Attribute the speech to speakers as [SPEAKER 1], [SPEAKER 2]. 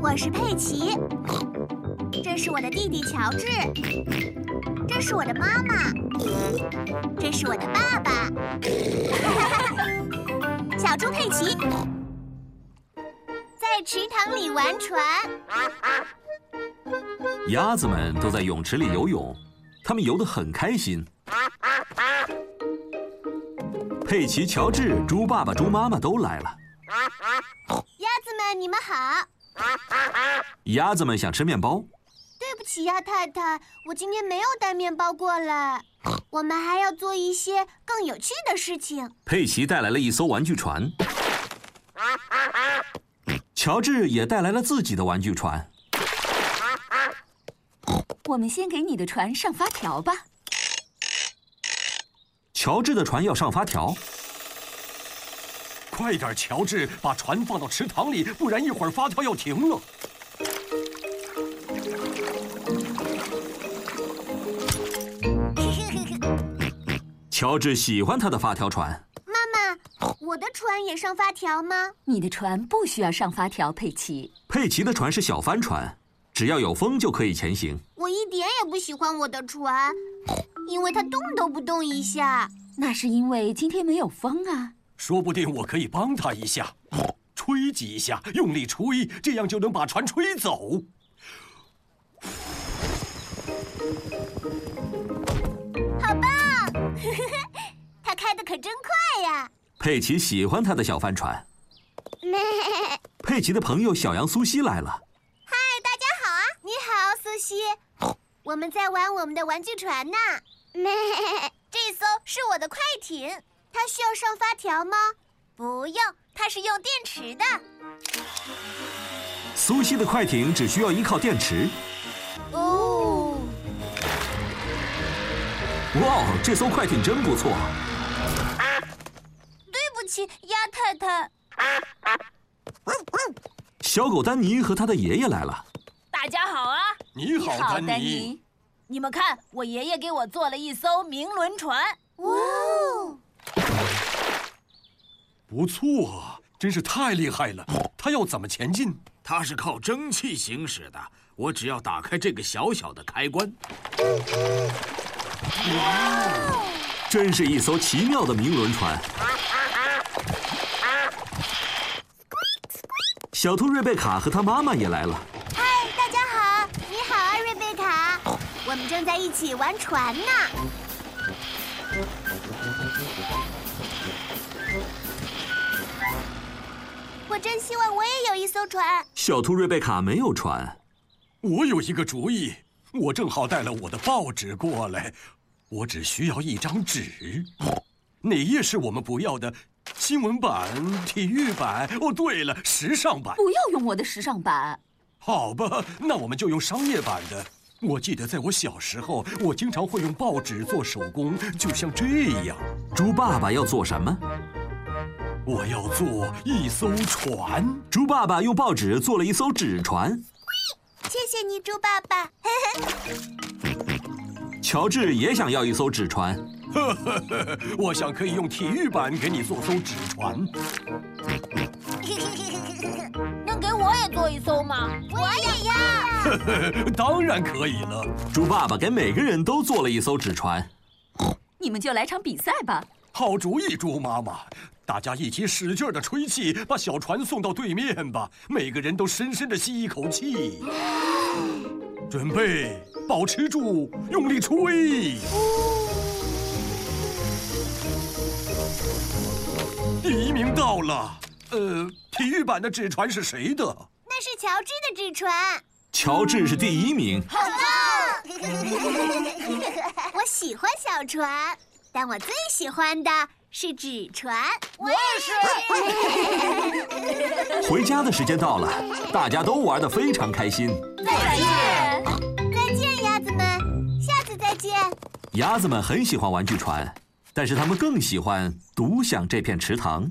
[SPEAKER 1] 我是佩奇，这是我的弟弟乔治，这是我的妈妈，这是我的爸爸。 小猪佩奇在池塘里玩船，
[SPEAKER 2] 鸭子们都在泳池里游泳，它们游得很开心。佩奇、乔治、猪爸爸、猪妈妈都来了。
[SPEAKER 1] 鸭子们你们好。
[SPEAKER 2] 鸭子们想吃面包，
[SPEAKER 1] 对不起，鸭太太，我今天没有带面包过来。我们还要做一些更有趣的事情。
[SPEAKER 2] 佩奇带来了一艘玩具船，乔治也带来了自己的玩具船。
[SPEAKER 3] 我们先给你的船上发条吧。
[SPEAKER 2] 乔治的船要上发条，
[SPEAKER 4] 快点，乔治，把船放到池塘里，不然一会儿发条要停了。
[SPEAKER 2] 乔治喜欢他的发条船。
[SPEAKER 1] 妈妈，我的船也上发条吗？
[SPEAKER 3] 你的船不需要上发条，佩奇。
[SPEAKER 2] 佩奇的船是小帆船，只要有风就可以前行。
[SPEAKER 1] 我一点也不喜欢我的船， 因为它动都不动一下。
[SPEAKER 3] 那是因为今天没有风啊。
[SPEAKER 4] 说不定我可以帮他一下，吹几下，用力吹，这样就能把船吹走。
[SPEAKER 1] 好棒！它开的可真快呀！
[SPEAKER 2] 佩奇喜欢他的小帆船。佩奇的朋友小羊苏西来了，
[SPEAKER 1] 嗨，哎大家好啊！你好，苏西。我们在玩我们的玩具船呢。这艘是我的快艇，它需要上发条吗？不用，它是用电池的。
[SPEAKER 2] 苏西的快艇只需要依靠电池。
[SPEAKER 1] 哦，
[SPEAKER 2] 哇，哦这艘快艇真不错。
[SPEAKER 1] 对不起，鸭太太。
[SPEAKER 2] 小狗丹尼和他的爷爷来了，
[SPEAKER 5] 大家好啊！
[SPEAKER 4] 你好，丹尼。
[SPEAKER 5] 你们看，我爷爷给我做了一艘明轮船，
[SPEAKER 1] 哇哦，
[SPEAKER 4] 不错啊，真是太厉害了。他要怎么前进？
[SPEAKER 6] 它是靠蒸汽行驶的。我只要打开这个小小的开关，
[SPEAKER 2] 真是一艘奇妙的明轮船。小兔瑞贝卡和他妈妈也来了，
[SPEAKER 1] 嗨，大家好，你好啊，瑞贝卡。我们正在一起玩船呢。我真希望我也有一艘船。
[SPEAKER 2] 小兔瑞贝卡没有船。
[SPEAKER 4] 我有一个主意，我正好带了我的报纸过来，我只需要一张纸。哪页是我们不要的？新闻
[SPEAKER 6] 嗯
[SPEAKER 4] 版、体育版。哦，对了，时尚版。
[SPEAKER 3] 不要用我的时尚版。
[SPEAKER 4] 好吧，那我们就用商业版的。我记得在我小时候，我经常会用报纸做手工，就像这样。
[SPEAKER 2] 猪爸爸要做什么？
[SPEAKER 4] 我要做一艘船。
[SPEAKER 2] 猪爸爸用报纸做了一艘纸船，
[SPEAKER 1] 谢谢你，猪爸爸。
[SPEAKER 2] 乔治也想要一艘纸船。
[SPEAKER 4] 我想可以用体育版给你做艘纸船。
[SPEAKER 5] 能给我也做一艘吗？
[SPEAKER 1] 我也要。
[SPEAKER 4] 呃当然可以了。
[SPEAKER 2] 猪爸爸给每个人都做了一艘纸船。
[SPEAKER 3] 你们就来场比赛吧。
[SPEAKER 4] 好主意，猪妈妈！大家一起使劲的吹气，把小船送到对面吧。每个人都深深的吸一口气，准备，保持住，用力吹。第一名到了。呃，体育版的纸船是谁的？
[SPEAKER 1] 那是乔治的纸船，
[SPEAKER 2] 乔治是第一名，
[SPEAKER 1] 好棒！我喜欢小船，但我最喜欢的是纸船。我也是。
[SPEAKER 2] 回家的时间到了，大家都玩得非常开心。
[SPEAKER 1] 再见。再见，鸭子们，下次再见。
[SPEAKER 2] 鸭子们很喜欢玩具船，但是它们更喜欢独享这片池塘。